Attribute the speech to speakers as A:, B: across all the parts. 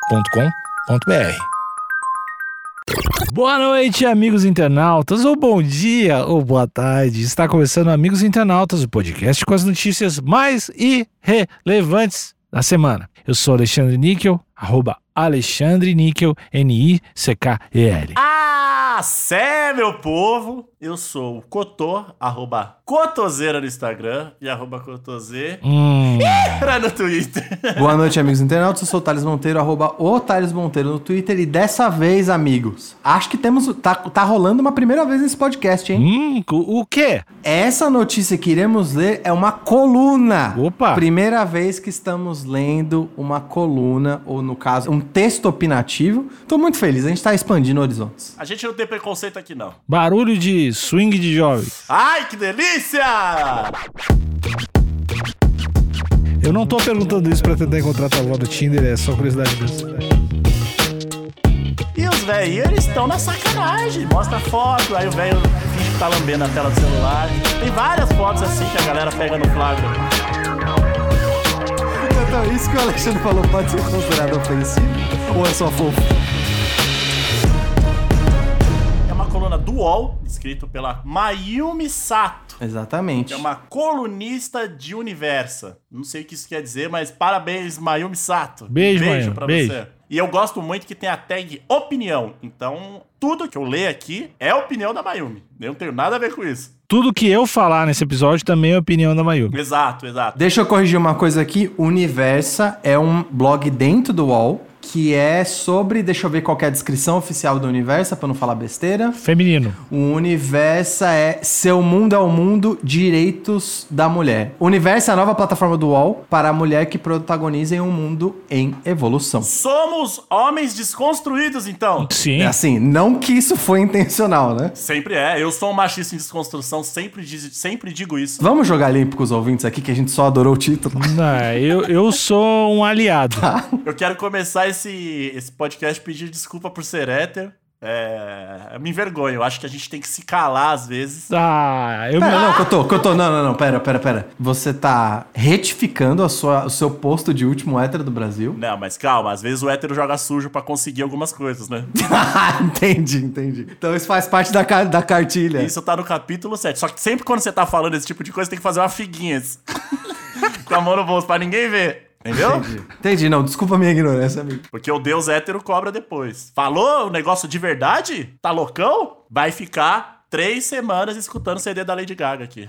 A: agenciadepodcast.com.br.
B: Boa noite, amigos internautas, ou bom dia, ou boa tarde. Está começando Amigos Internautas, o podcast com as notícias mais irrelevantes da semana. Eu sou Alexandre Níquel, arroba Alexandre Níquel, N-I-C-K-E-L.
C: Ah, sé, meu povo! Eu sou o Cotô, arroba Cotoseira no Instagram e arroba Cotoseira
B: Hum,
C: no Twitter.
D: Boa noite, amigos internautas. Eu sou o Thales Monteiro, arroba o Thales Monteiro no Twitter. E dessa vez, amigos, acho que temos. Tá, tá rolando uma primeira vez nesse podcast, hein?
B: hum, o o quê?
D: Essa notícia que iremos ler é uma coluna.
B: Opa!
D: Primeira vez que estamos lendo uma coluna, ou no caso, um texto opinativo. Tô muito feliz, a gente tá expandindo horizontes.
C: A gente não tem preconceito aqui, não.
B: Barulho de swing de jovens.
C: Ai, que delícia!
B: Eu não tô perguntando isso pra tentar encontrar a tabela do Tinder, é só curiosidade mesmo.
C: E os velhos, eles estão na sacanagem. Mostra foto, aí o velho finge que tá lambendo a tela do celular. Tem várias fotos assim que a galera pega no flagra.
D: Então, isso que o Alexandre falou pode ser considerado ofensivo? Ou é só fofo?
C: É uma coluna do UOL, escrito pela Mayumi Sato.
D: Exatamente.
C: É uma colunista de Universa. Não sei o que isso quer dizer, mas parabéns, Mayumi Sato.
B: Beijo, Mayumi,
C: pra
B: beijo.
C: você. E eu gosto muito que tem a tag opinião. Então, tudo que eu ler aqui é a opinião da Mayumi. Eu não tenho nada a ver com isso.
B: Tudo que eu falar nesse episódio também é opinião da Mayu.
C: Exato, exato.
D: Deixa eu corrigir uma coisa aqui. Universa é um blog dentro do UOL que é sobre. Deixa eu ver qual que é a descrição oficial do Universa, pra não falar besteira.
B: Feminino.
D: O Universa é Seu Mundo é o Mundo, Direitos da Mulher. Universa é a nova plataforma do UOL para a mulher que protagoniza em um mundo em evolução.
C: Somos homens desconstruídos, então.
B: Sim.
D: É assim, não que isso foi intencional, né?
C: Sempre é. Eu sou um machista em desconstrução, sempre, diz- sempre digo isso.
D: Vamos jogar limpo com os ouvintes aqui, que a gente só adorou o título.
B: Não, eu, eu sou um aliado.
C: Eu quero começar esse, esse podcast pedindo desculpa por ser hétero. É, eu me envergonho. Eu acho que a gente tem que se calar às vezes.
B: Ah, eu
D: Pera,
B: me...
D: não, Cotô, Cotô, não, não, não, pera, pera, pera. Você tá retificando a sua, o seu posto de último hétero do Brasil?
C: Não, mas calma, às vezes o hétero joga sujo pra conseguir algumas coisas, né?
D: entendi, entendi. Então isso faz parte da, ca- da cartilha.
C: Isso tá no capítulo 7. Só que sempre quando você tá falando esse tipo de coisa, tem que fazer uma figuinha. Com a mão no bolso pra ninguém ver. Entendeu?
D: Entendi. Entendi, não, desculpa a minha ignorância, amigo.
C: Porque o deus hétero cobra depois. Falou o negócio de verdade? Tá loucão? Vai ficar três semanas escutando CD da Lady Gaga aqui.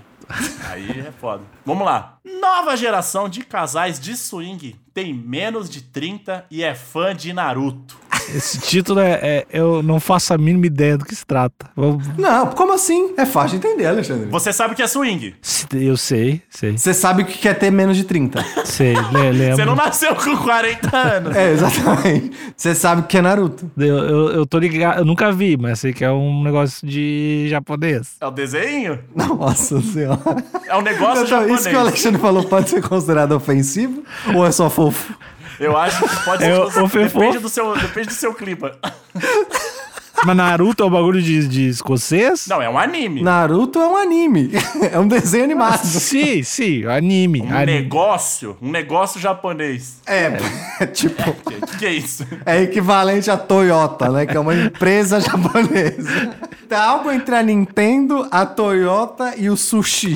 C: Aí é foda. Vamos lá. Nova geração de casais de swing tem menos de 30 e é fã de Naruto.
B: Esse título é, é- Eu não faço a mínima ideia do que se trata. Eu,
D: Não, como assim? É fácil de entender, Alexandre.
C: Você sabe o que é swing?
B: eu sei, sei,
D: Você sabe o que quer ter menos de 30.
B: sei. le- lembro.
C: Você não nasceu com 40 anos.
D: é, exatamente. Você sabe o que é Naruto.
B: eu, eu, eu tô ligado, eu nunca vi, mas sei que é um negócio de japonês.
C: É o desenho?
D: Nossa senhora.
C: É um negócio
D: Então,
C: japonês.
D: isso que o Alexandre falou pode ser considerado ofensivo? Ou é só fofo?
C: Eu acho que pode
B: É
C: ser.
B: o- o Fefo.
C: depende, do seu, depende do seu clima.
B: Mas Naruto é um bagulho de, de escocês?
C: Não, é um anime.
D: Naruto é um anime. É um desenho animado.
B: Sim, sim, anime.
C: Um
B: anime.
C: negócio. Um negócio japonês.
D: É, tipo,
C: O que, que é isso?
D: é equivalente à Toyota, né? Que é uma empresa japonesa. Tá algo entre a Nintendo, a Toyota e o sushi.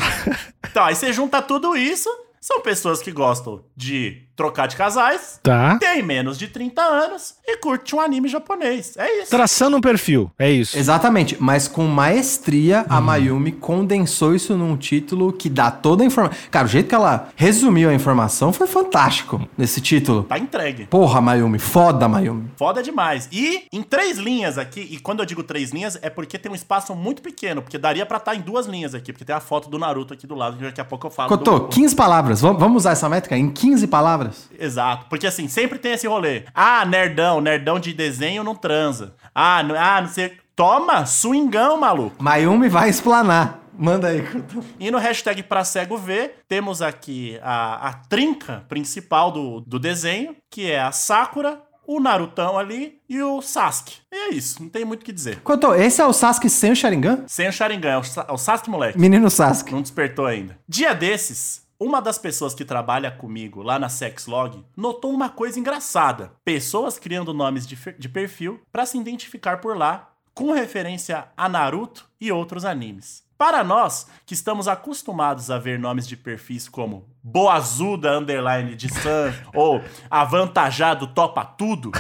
C: Então, aí você junta tudo isso. São pessoas que gostam de trocar de casais,
B: Tá?
C: tem menos de 30 anos e curte um anime japonês. É isso.
B: Traçando um perfil, é isso.
D: Exatamente, mas com maestria a Mayumi condensou isso num título que dá toda a informação. Cara, o jeito que ela resumiu a informação foi fantástico nesse título.
C: Tá entregue.
D: Porra, Mayumi, foda, Mayumi.
C: Foda demais. E em três linhas aqui, e quando eu digo três linhas, é porque tem um espaço muito pequeno, porque daria pra estar em duas linhas aqui, porque tem a foto do Naruto aqui do lado, que daqui a pouco eu falo.
D: Cotô,
C: do...
D: 15 palavras. Vam- Vamos usar essa métrica em 15 palavras?
C: Exato. Porque assim, sempre tem esse rolê. Ah, nerdão, nerdão de desenho não transa. Ah, não, ah, não sei. Toma, swingão, maluco.
D: Mayumi vai explanar. Manda aí, Cotô.
C: E no hashtag pra cego ver, temos aqui a, a trinca principal do, do desenho, que é a Sakura, o Narutão ali e o Sasuke. E é isso, não tem muito o que dizer.
D: Cotô, esse é o Sasuke sem o Sharingan?
C: Sem o Sharingan, é o, Sa- é o Sasuke, moleque.
D: Menino Sasuke.
C: Não despertou ainda. Dia desses, Uma das pessoas que trabalha comigo lá na Sexlog notou uma coisa engraçada: pessoas criando nomes de, fer- de perfil para se identificar por lá, com referência a Naruto e outros animes. Para nós, que estamos acostumados a ver nomes de perfis como Boazuda Underline de San ou Avantajado Topa Tudo,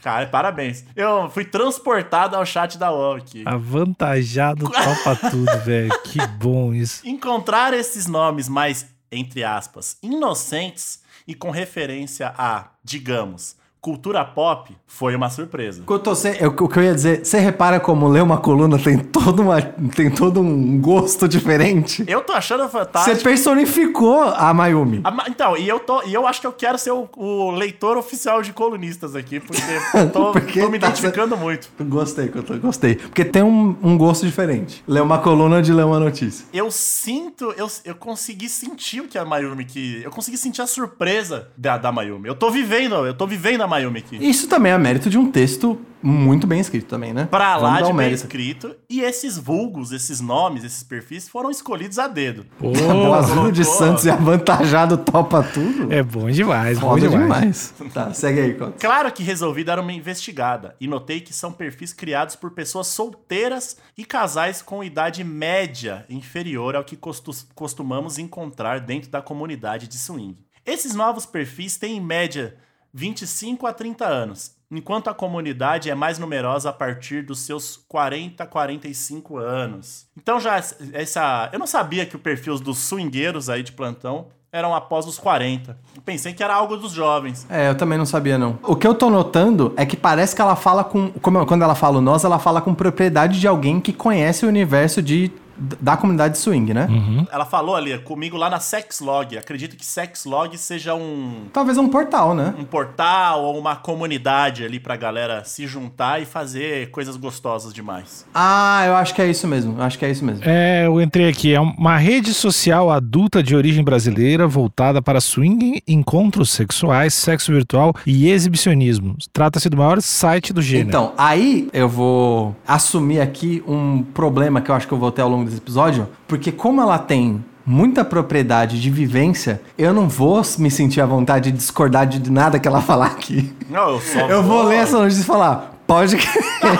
C: cara, parabéns. Eu fui transportado ao chat da UOL aqui.
B: Avantajado topa tudo, velho. Que bom isso.
C: Encontrar esses nomes mais, entre aspas, inocentes e com referência a, digamos, cultura pop foi uma surpresa.
D: Couto, cê- eu- é o que eu ia dizer, você repara como ler uma coluna tem, toda uma, tem todo um gosto diferente?
C: Eu tô achando
D: Você
C: fantástico.
D: personificou a Mayumi.
C: Ah, ma- Então, e eu, tô, e eu acho que eu quero ser o, o leitor oficial de colunistas aqui, porque eu tô,
D: Porque
C: tô me
D: tá-
C: identificando muito.
D: Gostei, Couto, gostei. Porque tem um, um gosto diferente. Ler uma coluna de ler uma notícia.
C: Eu sinto, eu, eu consegui sentir o que a Mayumi que. Eu consegui sentir a surpresa da, da Mayumi. Eu tô vivendo, eu tô vivendo a Mayumi aqui.
D: Isso também é mérito de um texto muito bem escrito também, né?
C: Pra
D: Vamos
C: lá
D: dar
C: de
D: um
C: bem
D: mérito.
C: escrito. E esses vulgos, esses nomes, esses perfis foram escolhidos a dedo.
B: Pô,
D: Boa, Azul de
C: colocou.
D: Santos e avantajado topa tudo.
B: é bom demais, bom
D: Foda
B: demais.
D: demais. Tá, segue aí, Couto.
C: Claro que resolvi dar uma investigada e notei que são perfis criados por pessoas solteiras e casais com idade média inferior ao que costus- costumamos encontrar dentro da comunidade de swing. Esses novos perfis têm em média 25 a 30 anos, enquanto a comunidade é mais numerosa a partir dos seus 40 a 45 anos. Então já es- essa, eu não sabia que o perfil dos swingueiros aí de plantão eram após os 40. Eu pensei que era algo dos jovens.
D: É, eu também não sabia, não. O que eu tô notando é que parece que ela fala com. como- quando ela fala o nós, ela fala com propriedade de alguém que conhece o universo de, da comunidade swing, né?
C: Ela falou ali comigo lá na Sexlog. Acredito que Sexlog seja um,
D: Talvez um portal, né?
C: um portal ou uma comunidade ali pra galera se juntar e fazer coisas gostosas demais.
D: Ah, eu acho que é isso mesmo. Eu acho que é isso mesmo.
B: É, eu entrei aqui. É uma rede social adulta de origem brasileira voltada para swing, encontros sexuais, sexo virtual e exibicionismo. Trata-se do maior site do gênero.
D: Então, aí eu vou assumir aqui um problema que eu acho que eu vou ter ao longo desse episódio, porque como ela tem muita propriedade de vivência, eu não vou me sentir à vontade de discordar de nada que ela falar aqui.
C: Não, eu só.
D: Eu vou ler essa notícia e falar, pode crer.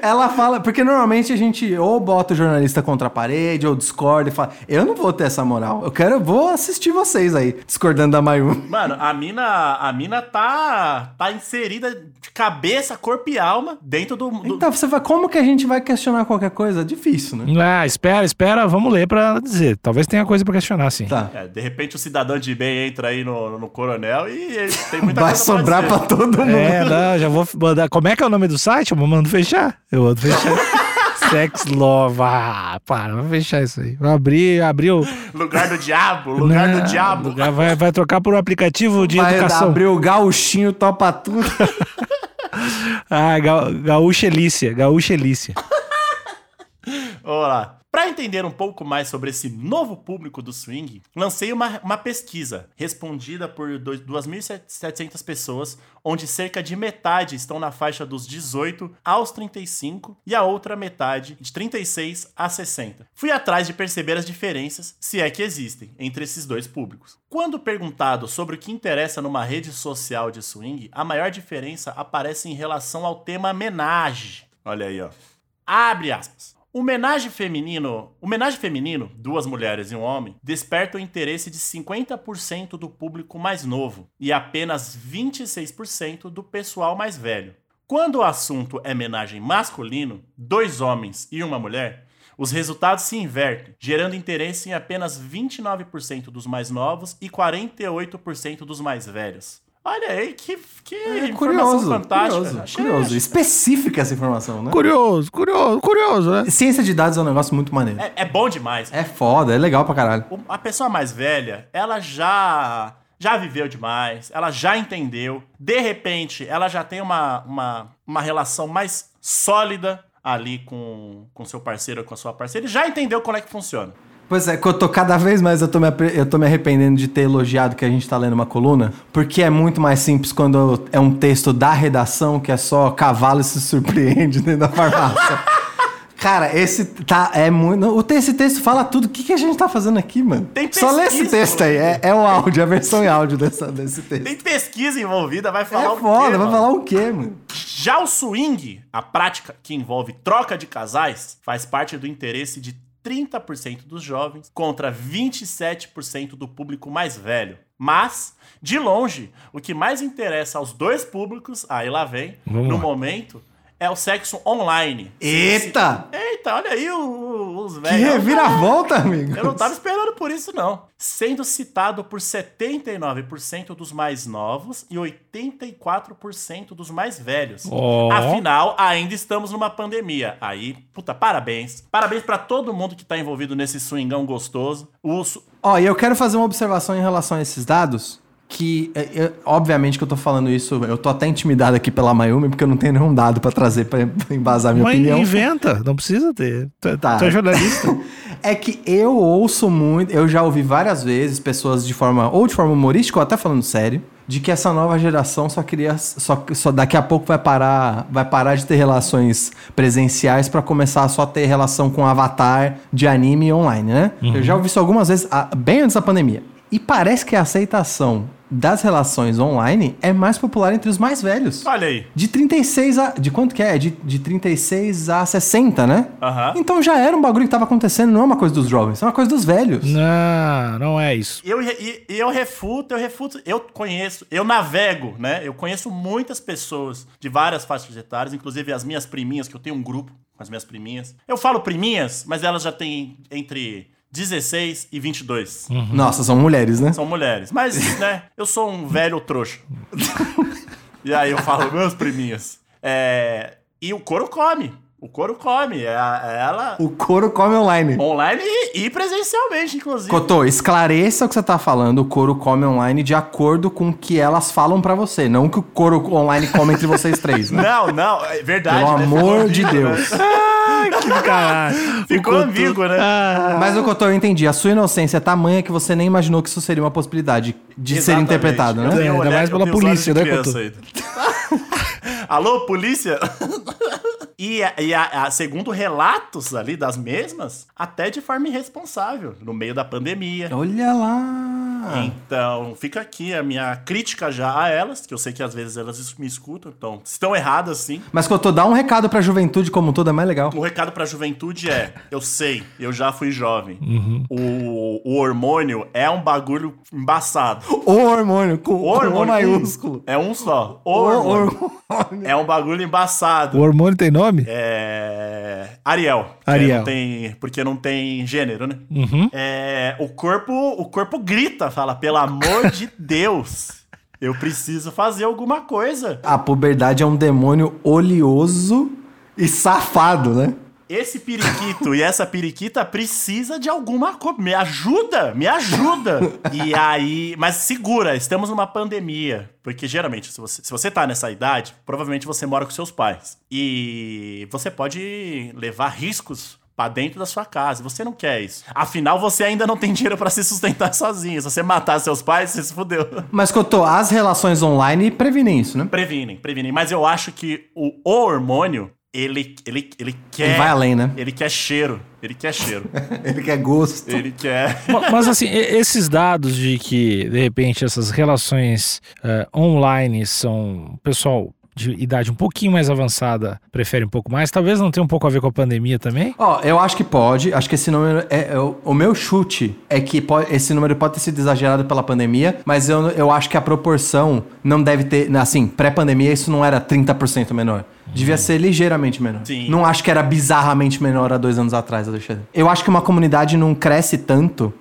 D: Ela fala, porque normalmente a gente ou bota o jornalista contra a parede, ou discorda e fala, eu não vou ter essa moral, eu quero, eu vou assistir vocês aí, discordando da Mayu.
C: Mano, a mina, a mina tá, tá inserida de cabeça, corpo e alma dentro do. do-
D: Então, você vai, como que a gente vai questionar qualquer coisa? Difícil, né?
B: Ah, espera, espera, vamos ler pra dizer. Talvez tenha coisa pra questionar, sim.
D: Tá.
C: É, de repente o cidadão de bem entra aí no, no coronel e ele tem muita
D: Vai
C: coisa
D: sobrar
C: dizer.
D: pra todo mundo.
B: É, não, já vou mandar. Como é que é o nome do site? Eu mando fechar. Eu mando fechar. Sex Love. Ah, para, vou fechar isso aí. Vou abrir, abrir o.
C: Lugar do diabo, lugar
B: Não,
C: do diabo.
B: lugar- vai, vai trocar por um aplicativo de
D: Vai
B: educação.
D: abrir o gauchinho, topa tudo.
B: Ah, ga, gaúcha Elícia. Gaúcha Elícia.
C: Vamos lá. Para entender um pouco mais sobre esse novo público do swing, lancei uma, uma pesquisa respondida por dois- 2.700 pessoas, onde cerca de metade estão na faixa dos 18 aos 35 e a outra metade de 36 a 60. Fui atrás de perceber as diferenças, se é que existem, entre esses dois públicos. Quando perguntado sobre o que interessa numa rede social de swing, a maior diferença aparece em relação ao tema menage. Olha aí, ó. Abre aspas. O homenagem feminino, o homenagem feminino, duas mulheres e um homem, desperta o interesse de 50% do público mais novo e apenas 26% do pessoal mais velho. Quando o assunto é homenagem masculino, dois homens e uma mulher, os resultados se invertem, gerando interesse em apenas 29% dos mais novos e 48% dos mais velhos. Olha aí que, que
D: É,
C: informação
D: curioso,
C: fantástica.
D: curioso,
C: Achei-
D: curioso. Específica essa informação, né?
B: Curioso, curioso, curioso, né?
D: Ciência de dados é um negócio muito maneiro.
C: É, é bom demais.
D: É foda, é legal pra caralho.
C: O- A pessoa mais velha, ela já já viveu demais, ela já entendeu. De repente, ela já tem uma, uma, uma relação mais sólida ali com, com seu parceiro ou com a sua parceira e já entendeu como é que funciona.
D: Pois é, que eu tô cada vez mais eu tô, me, apre- eu tô me arrependendo de ter elogiado que a gente tá lendo uma coluna, porque é muito mais simples quando é um texto da redação que é só cavalo se surpreende dentro da farmácia. Cara, esse tá. É muito. O te- esse texto fala tudo. O que, que a gente tá fazendo aqui, mano?
C: Tem
D: Só lê esse
C: pesquisa,
D: texto aí. É, é o áudio, é a versão em áudio dessa, desse texto.
C: Tem pesquisa envolvida, vai falar
D: É
C: o quê,
D: foda, vai
C: mano?
D: falar o quê, mano?
C: Já o swing, a prática que envolve troca de casais, faz parte do interesse de 30% dos jovens contra 27% do público mais velho. Mas, de longe, o que mais interessa aos dois públicos, aí lá vem,
B: Vamos
C: no
B: lá.
C: momento, é o sexo online.
D: Eita!
C: Eita, olha aí o- o- os
D: Que
C: velhos.
D: reviravolta, amigo!
C: tá- Eu não tava esperando por isso, não. Sendo citado por 79% dos mais novos e 84% dos mais velhos.
B: Ó.
C: Afinal, ainda estamos numa pandemia. Aí, puta, parabéns. Parabéns pra todo mundo que tá envolvido nesse swingão gostoso. O su-
D: Ó, e eu quero fazer uma observação em relação a esses dados. Que, é, é, obviamente, que eu tô falando isso, eu tô até intimidado aqui pela Mayumi, porque eu não tenho nenhum dado pra trazer pra pra embasar minha
B: Mas
D: opinião.
B: inventa, não precisa ter. Tu,
D: Tá.
B: tu é jornalista.
D: É que eu ouço muito, eu já ouvi várias vezes pessoas de forma, ou de forma humorística, ou até falando sério, de que essa nova geração só queria, só, só daqui a pouco vai parar, vai parar de ter relações presenciais pra começar a só ter relação com avatar de anime online, né? Eu já ouvi isso algumas vezes, ah, bem antes da pandemia. E parece que a aceitação das relações online é mais popular entre os mais velhos.
C: Olha aí.
D: De 36 a. De quanto que é? De, de 36 a 60, né?
C: Aham.
D: Então já era um bagulho que tava acontecendo, não é uma coisa dos jovens, é uma coisa dos velhos.
B: não, não é isso.
C: Eu, e- e eu refuto, eu refuto, eu conheço, eu navego, né? Eu conheço muitas pessoas de várias faixas etárias, inclusive as minhas priminhas, que eu tenho um grupo com as minhas priminhas. Eu falo priminhas, mas elas já têm entre 16 e 22.
D: Nossa, são mulheres, né?
C: São mulheres. Mas, né, eu sou um velho trouxa. e aí eu falo, meus priminhas. É, e o couro come. O couro come. É a- é ela
D: O couro come online.
C: online e, e presencialmente, inclusive.
D: Cotô, esclareça o que você tá falando, o couro come online de acordo com o que elas falam pra você, não que o couro online come entre vocês três, né?
C: Não, não, é verdade.
D: Pelo
C: né?
D: amor de
C: Ficou ambíguo, né?
D: Deus.
B: Caralho.
C: Ficou ambíguo, né?
B: Ah,
D: Mas o Cotô, eu entendi, a sua inocência é tamanha que você nem imaginou que isso seria uma possibilidade de ser
C: Exatamente.
D: interpretado,
C: Eu
D: né?
C: tenho
B: É, ainda
C: olhar-
B: mais
C: eu
B: pela
C: tenho os olhos
B: polícia,
C: de
B: né,
C: criança
B: Couto?
C: ainda. Alô, polícia? E, a- e a- a- segundo relatos ali das mesmas, até de forma irresponsável, no meio da pandemia.
D: Olha lá.
C: Então, fica aqui a minha crítica já a elas, que eu sei que às vezes elas es- me escutam, então estão erradas sim.
D: Mas Cotô, dá um recado pra juventude como um todo, é mais legal.
C: O recado pra juventude é: eu sei, eu já fui jovem.
B: Uhum.
C: O, o hormônio é um bagulho embaçado.
D: O hormônio, com,
C: O
D: com o
C: hormônio
D: maiúsculo.
C: é um só. O
D: O
C: hormônio.
D: hormônio.
C: É um bagulho
B: O
C: embaçado.
B: hormônio tem nome?
C: É. Ariel.
B: Ariel.
C: É, não tem- Porque não tem gênero, né?
B: Uhum.
C: É, o, corpo, o corpo grita, fala, pelo amor de Deus, eu preciso fazer alguma coisa.
D: A puberdade é um demônio oleoso e safado, né?
C: Esse periquito e essa periquita precisa de alguma coisa. Me ajuda, me ajuda. E aí, mas segura, estamos numa pandemia. Porque geralmente, se você, se você tá nessa idade, provavelmente você mora com seus pais. E você pode levar riscos pra dentro da sua casa. Você não quer isso. Afinal, você ainda não tem dinheiro pra se sustentar sozinho. Se você matar seus pais, você se fudeu.
D: Mas, Cotô, as relações online previnem isso, né?
C: Previnem, previnem. Mas eu acho que o, o hormônio, ele, ele, ele quer.
D: Ele vai além, né?
C: Ele quer cheiro. Ele quer cheiro.
D: Ele quer gosto.
C: ele quer.
B: Ma- Mas assim, e- esses dados de que, de repente, essas relações eh, online são. Pessoal de idade um pouquinho mais avançada prefere um pouco mais, talvez não tenha um pouco a ver com a pandemia também.
D: Ó, eu acho que pode. Acho que esse número é. é o, o meu chute é que po- esse número pode ter sido exagerado pela pandemia, mas eu, eu acho que a proporção não deve ter. Assim, pré-pandemia isso não era 30% menor. Devia ser ligeiramente menor.
C: Uhum. Sim.
D: Não acho que era bizarramente menor há dois anos atrás, Alexandre. Eu acho que uma comunidade não cresce tanto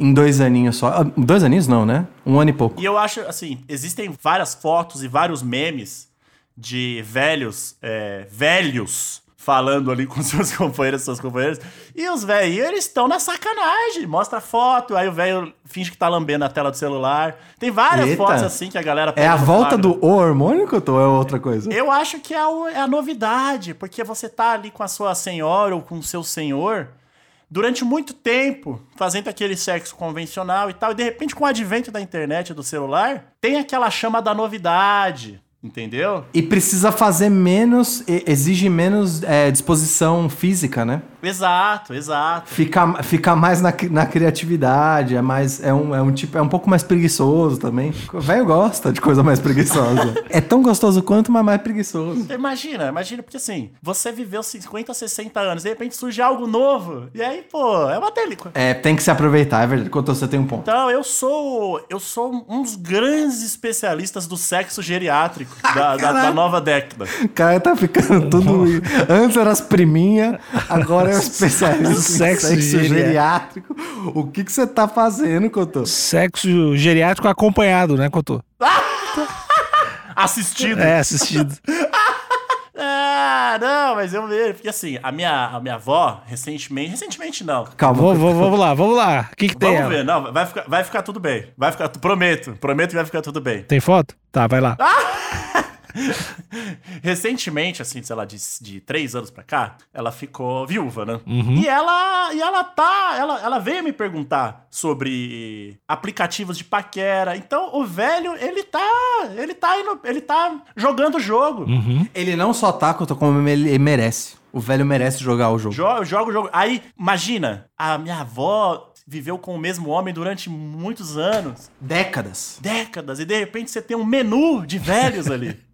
D: em dois aninhos só. Ah, Dois aninhos não, né? Um ano e pouco.
C: E eu acho, assim, existem várias fotos e vários memes de velhos, é, velhos, falando ali com seus companheiros, suas companheiras. E os velhos, eles estão na sacanagem. Mostra a foto, aí o velho finge que tá lambendo a tela do celular. Tem várias
D: Eita.
C: fotos assim que a galera
D: É
C: pega
D: a
C: no
D: volta
C: quadro.
D: do o hormônio que eu tô, ou é outra coisa?
C: Eu acho que é o- é a, novidade, porque você tá ali com a sua senhora ou com o seu senhor durante muito tempo, fazendo aquele sexo convencional e tal, e de repente, com o advento da internet e do celular, tem aquela chama da novidade. Entendeu?
D: E precisa fazer menos, e- exige menos é, disposição física, né?
C: Exato, exato.
D: Fica, fica mais na, cri- na criatividade, é mais é um, é um tipo é um pouco mais preguiçoso também. O velho gosta de coisa mais preguiçosa. é tão gostoso quanto, mas mais preguiçoso.
C: Então, Imagina, imagina, porque assim, você viveu 50, 60 anos, de repente surge algo novo, e aí, pô, é uma delícia.
D: É, tem que se aproveitar, é verdade. Contou, você tem um ponto.
C: Então, eu sou eu sou um dos grandes especialistas do sexo geriátrico da, da- da nova década.
D: O cara tá ficando tudo. Antes era as priminhas, agora é o especialista em
B: Sexo
D: sexo, geriátrico. O que que você tá fazendo, Cotô?
B: Sexo geriátrico acompanhado, né, Cotô?
C: Assistido.
B: É, assistido.
C: Ah, não, mas eu vejo, porque assim, a minha, a minha avó, recentemente, recentemente não,
D: Calma.
B: vamos, vamos, vamos lá, vamos lá. O que, que tem?
C: Vamos
B: ela?
C: ver, não, vai ficar, vai ficar tudo bem. Vai ficar, prometo, prometo que vai ficar tudo bem.
B: Tem foto? Tá, vai lá.
C: Ah! Recentemente, assim, sei lá, de, de três anos pra cá, ela ficou viúva, né?
B: Uhum.
C: E ela e ela tá, ela, ela veio me perguntar sobre aplicativos de paquera. Então, o velho, ele tá, ele tá indo, ele tá jogando o jogo.
B: Uhum.
D: Ele não só tá, Cotô, como ele merece. O velho merece jogar o jogo.
C: Jogo, jogo, jogo. Aí, imagina, a minha avó viveu com o mesmo homem durante muitos anos,
D: Décadas.
C: décadas, e de repente você tem um menu de velhos ali.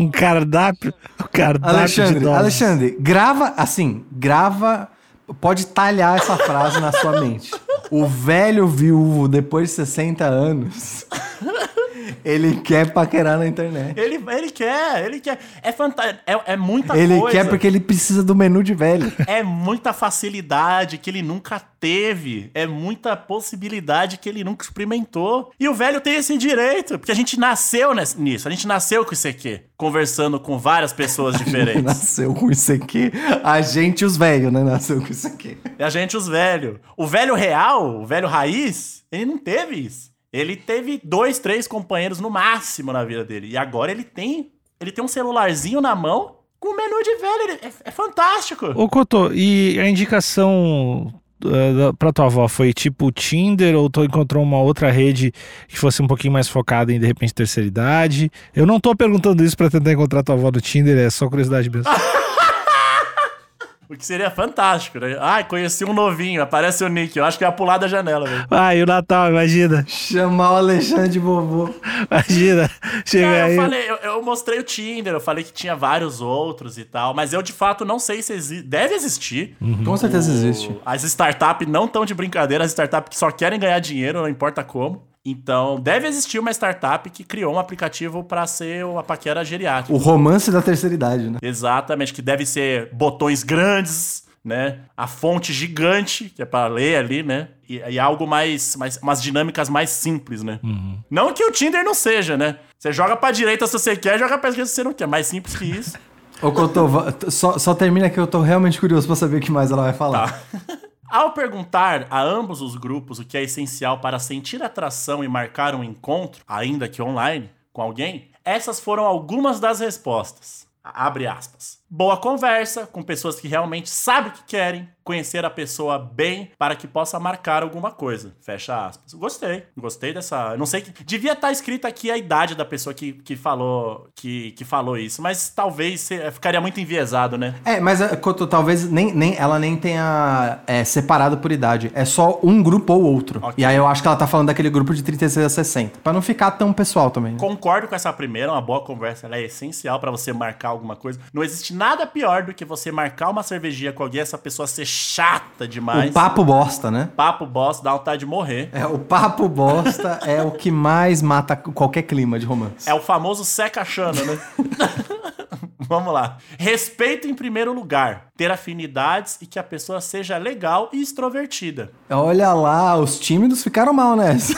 B: Um cardápio. Um cardápio de
D: Alexandre,
B: dólares.
D: Alexandre, grava assim, grava. Pode talhar essa frase na sua mente. O velho viúvo, depois de 60 anos, ele quer paquerar na internet.
C: Ele, ele quer, ele quer. É fantástico. É, é muita
D: Ele
C: coisa.
D: quer porque ele precisa do menu de velho.
C: É muita facilidade que ele nunca teve. É muita possibilidade que ele nunca experimentou. E o velho tem esse direito. Porque a gente nasceu nes- nisso. A gente nasceu com isso aqui. Conversando com várias pessoas diferentes.
D: Nasceu com isso aqui. A gente, e os velhos, né? Nasceu com isso aqui.
C: E É a gente, os velhos. O velho real, o velho raiz, ele não teve isso. Ele teve dois, três companheiros no máximo na vida dele. E agora ele tem. Ele tem um celularzinho na mão com o menu de velho. Ele- é, é fantástico.
B: Ô, Cotô, e a indicação eh, da- pra tua avó foi tipo Tinder ou tu encontrou uma outra rede que fosse um pouquinho mais focada em, de repente, terceira idade? Eu não tô perguntando isso pra tentar encontrar tua avó no Tinder, é só curiosidade mesmo.
C: O que seria fantástico, né? Ai, conheci um novinho, aparece o Nick. Eu acho que ia pular da janela, velho.
B: Ah, e o Natal, imagina,
D: Chamar o Alexandre de vovô.
B: imagina. Chega
C: Cara,
B: aí.
C: eu falei, eu, eu mostrei o Tinder, eu falei que tinha vários outros e tal, mas eu de fato não sei se exi deve existir.
B: Uhum.
D: Com certeza existe.
C: As startups não estão de brincadeira, as startups que só querem ganhar dinheiro, não importa como. Então, deve existir uma startup que criou um aplicativo pra ser uma paquera geriátrica.
D: O romance da terceira idade, né?
C: Exatamente, que deve ser botões grandes, né? A fonte gigante, que é pra ler ali, né? E, e algo mais, mais. umas dinâmicas mais simples, né? Não que o Tinder não seja, né? Você joga pra direita se você quer, joga pra esquerda se você não quer. Mais simples que isso.
D: Ô, Cotô, va- t- só, só termina que eu tô realmente curioso pra saber o que mais ela vai
B: Tá.
D: falar.
C: Ao perguntar a ambos os grupos o que é essencial para sentir atração e marcar um encontro, ainda que online, com alguém, essas foram algumas das respostas. A- Abre aspas. Boa conversa com pessoas que realmente sabem o que querem, conhecer a pessoa bem para que possa marcar alguma coisa. Fecha aspas. Gostei, gostei dessa. Não sei que. Devia estar escrita aqui a idade da pessoa que, que falou que, que falou isso, mas talvez se- eh, ficaria muito enviesado, né?
D: É, mas é, Cotô, talvez nem, nem, ela nem tenha é, separado por idade. É só um grupo ou outro.
C: Ok.
D: E aí eu acho que ela tá falando daquele grupo de 36 a 60. Pra não ficar tão pessoal também. né?
C: Concordo com essa primeira, uma boa conversa, ela é essencial pra você marcar alguma coisa. Não existe nada pior do que você marcar uma cervejinha com alguém e essa pessoa ser chata demais.
D: O papo bosta, né?
C: Papo bosta, dá vontade de morrer.
D: É, o papo bosta é o que mais mata qualquer clima de romance.
C: É o famoso seca chana, né? Vamos lá. Respeito em primeiro lugar. Ter afinidades e que a pessoa seja legal e extrovertida.
D: Olha lá, os tímidos ficaram mal nessa.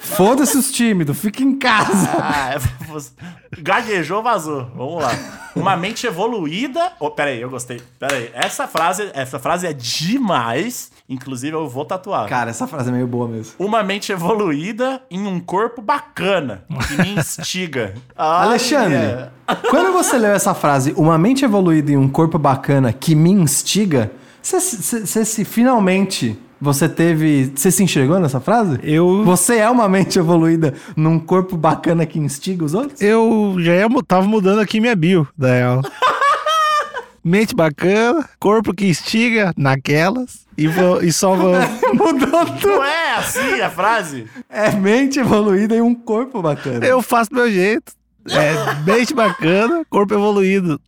D: Foda-se os tímidos, fica em casa.
C: Ah, é- você- gaguejou, vazou. Vamos lá. Uma mente evoluída. Oh, peraí, eu gostei. Peraí, essa frase, essa frase é demais. Inclusive, eu vou tatuar.
D: Cara, essa frase é meio boa mesmo.
C: Uma mente evoluída em um corpo bacana que me instiga. Olha.
D: Alexandre, quando você leu essa frase, uma mente evoluída e um corpo bacana que me instiga, você se- você se finalmente Você teve. Você se enxergou nessa frase?
B: Eu.
D: Você é uma mente evoluída num corpo bacana que instiga os outros?
B: Eu já ia, mu- tava mudando aqui minha bio, da real. Mente bacana, corpo que estiga naquelas e, vo- e só vou.
D: Mudou tudo.
C: Não é assim a frase?
D: É mente evoluída e um corpo bacana.
B: Eu faço do meu jeito. É mente bacana, corpo evoluído.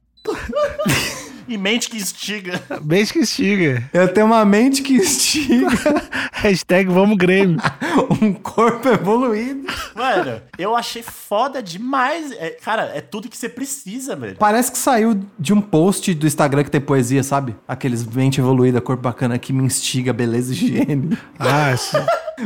C: E mente que instiga.
B: Mente que estiga.
D: Eu tenho uma mente que instiga
B: Hashtag vamos Grêmio.
D: um corpo evoluído.
C: Mano, eu achei foda demais. É, cara, é tudo que você precisa, velho.
D: Parece que saiu de um post do Instagram que tem poesia, sabe? Aqueles mente evoluída, corpo bacana que me instiga, beleza e higiene.
B: Ah, isso,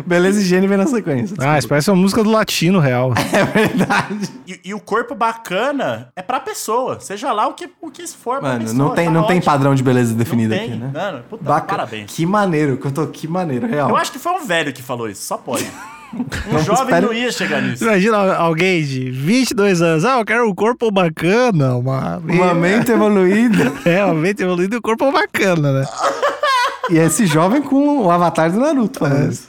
D: Beleza e higiene vem na sequência.
B: ah, isso parece uma música do latino real.
D: É verdade.
C: E, e o corpo bacana é pra pessoa. Seja lá o que, o que for pra
D: Mano,
C: pessoa.
D: não tem,
C: tá
D: não tem
C: ótimo.
D: padrão de beleza
C: Não
D: definido
C: tem,
D: aqui, né?
C: Mano, puta,
D: Bacana.
C: parabéns.
D: Que maneiro, que eu tô, que maneiro, real.
C: Eu acho que foi um velho que falou isso, só pode. Um
D: Não,
C: jovem
D: espero-
C: não ia chegar nisso.
B: Imagina al- alguém de 22 anos. Ah, eu quero um corpo bacana. Uma,
D: Uma mente evoluída.
B: É, uma mente evoluída e um corpo bacana, né?
D: e esse jovem com o avatar do Naruto falando isso.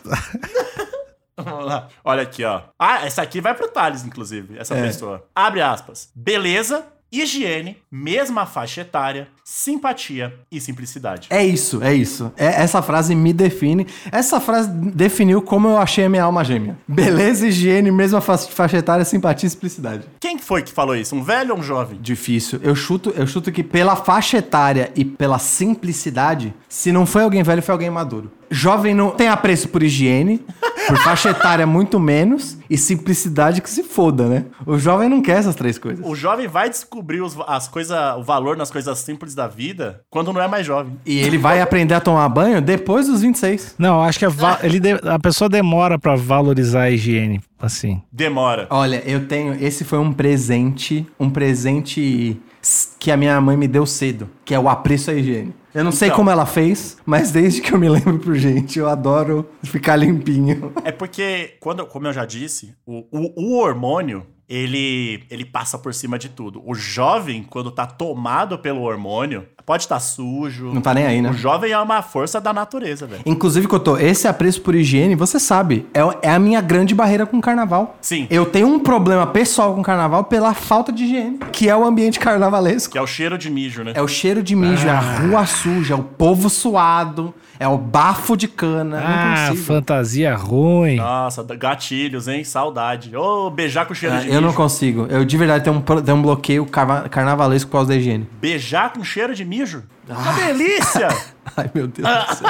C: Vamos lá. Olha aqui, ó. Ah, essa aqui vai pro Thales, inclusive, essa
D: É.
C: pessoa. Abre aspas. Beleza, higiene, mesma faixa etária, simpatia e simplicidade.
D: É isso, é isso. É- essa frase me define. Essa frase definiu como eu achei a minha alma gêmea. Beleza, higiene, mesma fa faixa etária, simpatia e simplicidade.
C: Quem foi que falou isso? Um velho ou um jovem?
D: Difícil. Eu chuto, eu chuto que pela faixa etária e pela simplicidade, se não foi alguém velho, foi alguém maduro. Jovem não tem apreço por higiene, por faixa etária muito menos e simplicidade que se foda, né? O jovem não quer essas três coisas.
C: O jovem vai descobrir os- as coisa, o valor nas coisas simples da vida quando não é mais jovem.
D: E ele vai aprender a tomar banho depois dos 26.
B: Não, acho que a, va- ele de- a pessoa demora pra valorizar a higiene, assim.
C: Demora.
D: Olha, eu tenho. Esse foi um presente. Um presente s- que a minha mãe me deu cedo, que é o apreço à higiene. Eu não sei
C: Então.
D: como ela fez, mas desde que eu me lembro por gente, eu adoro ficar limpinho.
C: É porque, quando, como eu já disse, o, o- o hormônio, ele, ele passa por cima de tudo. O jovem, quando tá tomado pelo hormônio, pode estar sujo.
D: Não tá nem aí, né?
C: O jovem é uma força da natureza, velho.
D: Inclusive, Cotô, esse apreço por higiene, você sabe, é, é a minha grande barreira com o carnaval.
C: Sim.
D: Eu tenho um problema pessoal com o carnaval pela falta de higiene, que é o ambiente carnavalesco.
C: Que é o cheiro de mijo, né?
D: É o cheiro de mijo, é a
C: Ah.
D: rua suja, é o povo suado, é o bafo de cana. eu não
B: Ah,
D: consigo.
B: fantasia ruim.
C: Nossa, da- gatilhos, hein? Saudade. Ô, beijar com cheiro
D: Ah,
C: de
D: eu
C: mijo.
D: não consigo. Eu de verdade tenho um, pro- tenho um bloqueio carva- carnavalesco por causa da higiene.
C: Beijar com cheiro de mijo?
D: Ah.
C: Uma delícia!
D: Ai, meu Deus do
C: Ah.
D: céu.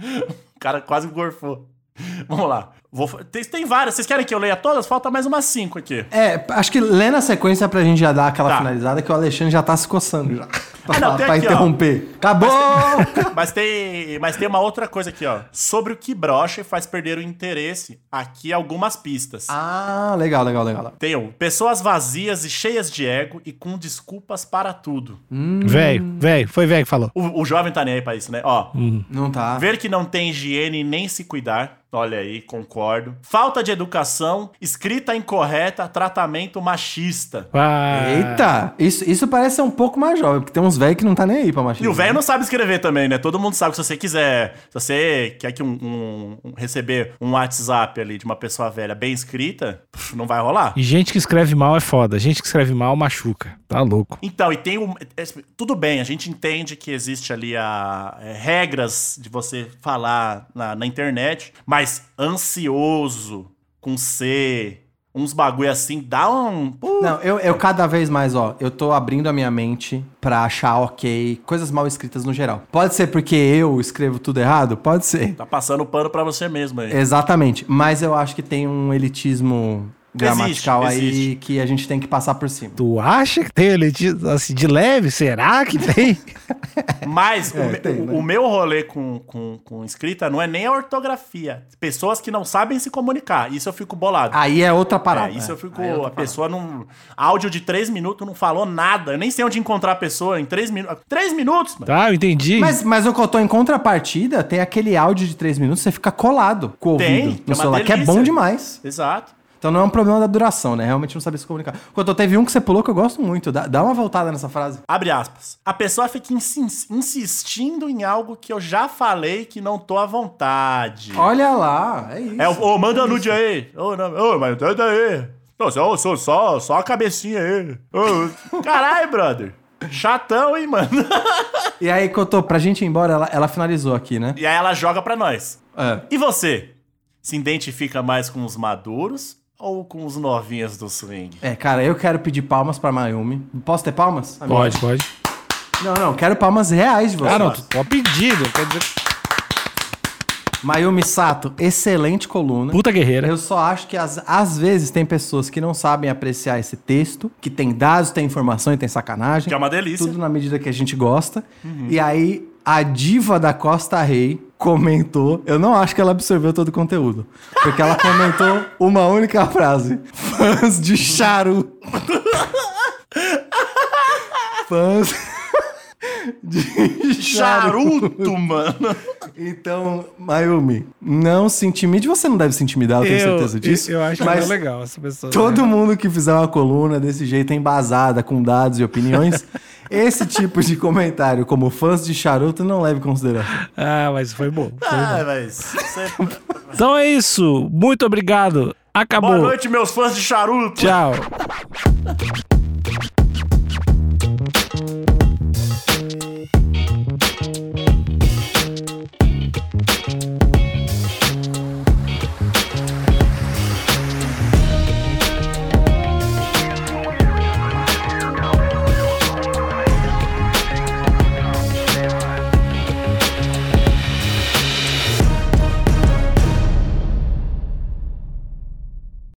C: o cara quase gorfou. Vamos lá. Vou fa- tem, tem várias. Vocês querem que eu leia todas? Falta mais umas cinco aqui.
D: É, acho que lê na sequência pra gente já dar aquela
C: Tá. Ah,
D: finalizada que o Alexandre já tá se coçando já. Pra,
C: não, tem
D: pra
C: aqui, ó.
D: interromper. Acabou!
C: Mas tem, mas tem uma outra coisa aqui, ó. Sobre o que brocha e faz perder o interesse. Aqui algumas pistas.
D: ah, legal, legal, legal.
C: Tem um, pessoas vazias e cheias de ego e com desculpas para tudo.
B: Velho, velho, foi velho que falou.
C: O, o jovem tá nem aí pra isso, né? Ó,
D: Não tá.
C: Ver que não tem higiene e nem se cuidar. Olha aí, concordo. Falta de educação, escrita incorreta, tratamento machista.
B: Ah,
D: Eita! Isso, isso parece ser um pouco mais jovem, porque tem uns velhos que não tá nem aí pra machismo.
C: E o velho não sabe escrever também, né? Todo mundo sabe que se você quiser, se você quer que um, um- um- receber um WhatsApp ali de uma pessoa velha bem escrita, pff, não vai rolar.
B: E gente que escreve mal é foda. Gente que escreve mal machuca. Tá louco.
C: Então, e tem um. é- é- Tudo bem, a gente entende que existe ali a, é, regras de você falar na, na internet, mas ansioso, com C, uns bagulho assim, dá um. Pô,
D: Não, eu, eu cada vez mais, ó, eu tô abrindo a minha mente pra achar ok coisas mal escritas no geral. Pode ser porque eu escrevo tudo errado? Pode ser.
C: Tá passando pano pra você mesmo
D: É.
C: aí.
D: Exatamente. Mas eu acho que tem um elitismo gramatical aí
C: existe.
D: que a gente tem que passar por cima.
B: Tu acha que tem elitismo assim, de leve? Será que tem?
C: Mas o,
D: É,
C: me-
D: tem,
C: o-
D: né?
C: o meu rolê com, com, com escrita não é nem a ortografia. Pessoas que não sabem se comunicar. Isso eu fico bolado.
D: Aí é outra parada.
C: É, isso eu fico.
D: Aí é outra
C: a
D: parada.
C: pessoa não. Áudio de três minutos não falou nada. Eu nem sei onde encontrar a pessoa em três minutos. Três minutos, mano.
B: Tá, eu entendi.
D: Mas, mas o Cotô, em contrapartida, tem aquele áudio de três minutos, você fica colado com o
C: Tem, que
D: ouvido
C: é
D: no
C: uma
D: celular, que é
C: delícia.
D: bom demais.
C: Exato.
D: Então não é um problema da duração, né? Realmente não saber se comunicar. Quanto teve um que você pulou que eu gosto muito. Dá, dá uma voltada nessa frase.
C: Abre aspas. A pessoa fica insi- insistindo em algo que eu já falei que não tô à vontade.
D: Olha lá, é isso.
C: É, ô, manda nude aí. Ô, não, ô, mas manda aí. Não, só, só, só, só a cabecinha aí. Ô, Caralho, brother. Chatão, hein, mano?
D: E aí, Cotô, pra gente ir embora, ela, ela finalizou aqui, né?
C: E aí ela joga pra nós.
D: É.
C: E você? Se identifica mais com os maduros ou com os novinhos do swing?
D: É, cara, eu quero pedir palmas pra Mayumi. Posso ter palmas? amigo?
B: Pode, pode.
D: Não, não, quero palmas reais de você.
B: Ah, não, tu tá pedido. Quer dizer...
D: Mayumi Sato, excelente coluna.
B: Puta guerreira.
D: Eu só acho que às, às vezes tem pessoas que não sabem apreciar esse texto, que tem dados, tem informação e tem sacanagem.
C: Que é uma delícia.
D: Tudo na medida que a gente gosta. E aí, a diva da Costa Rei comentou. Eu não acho que ela absorveu todo o conteúdo. Porque ela comentou uma única frase: fãs de charu. fãs de charu.
C: Charuto, mano.
D: Então, Mayumi, não se intimide. Você não deve se intimidar, eu tenho certeza disso.
B: Eu acho
D: mas
B: mais legal essa pessoa.
D: Todo mundo que fizer uma coluna desse jeito embasada, com dados e opiniões, esse tipo de comentário, como fãs de charuto, não leve em consideração.
B: Ah, mas foi bom.
C: Ah, mas. cê-
B: Então é isso. Muito obrigado. Acabou.
C: Boa noite, meus fãs de charuto.
B: Tchau.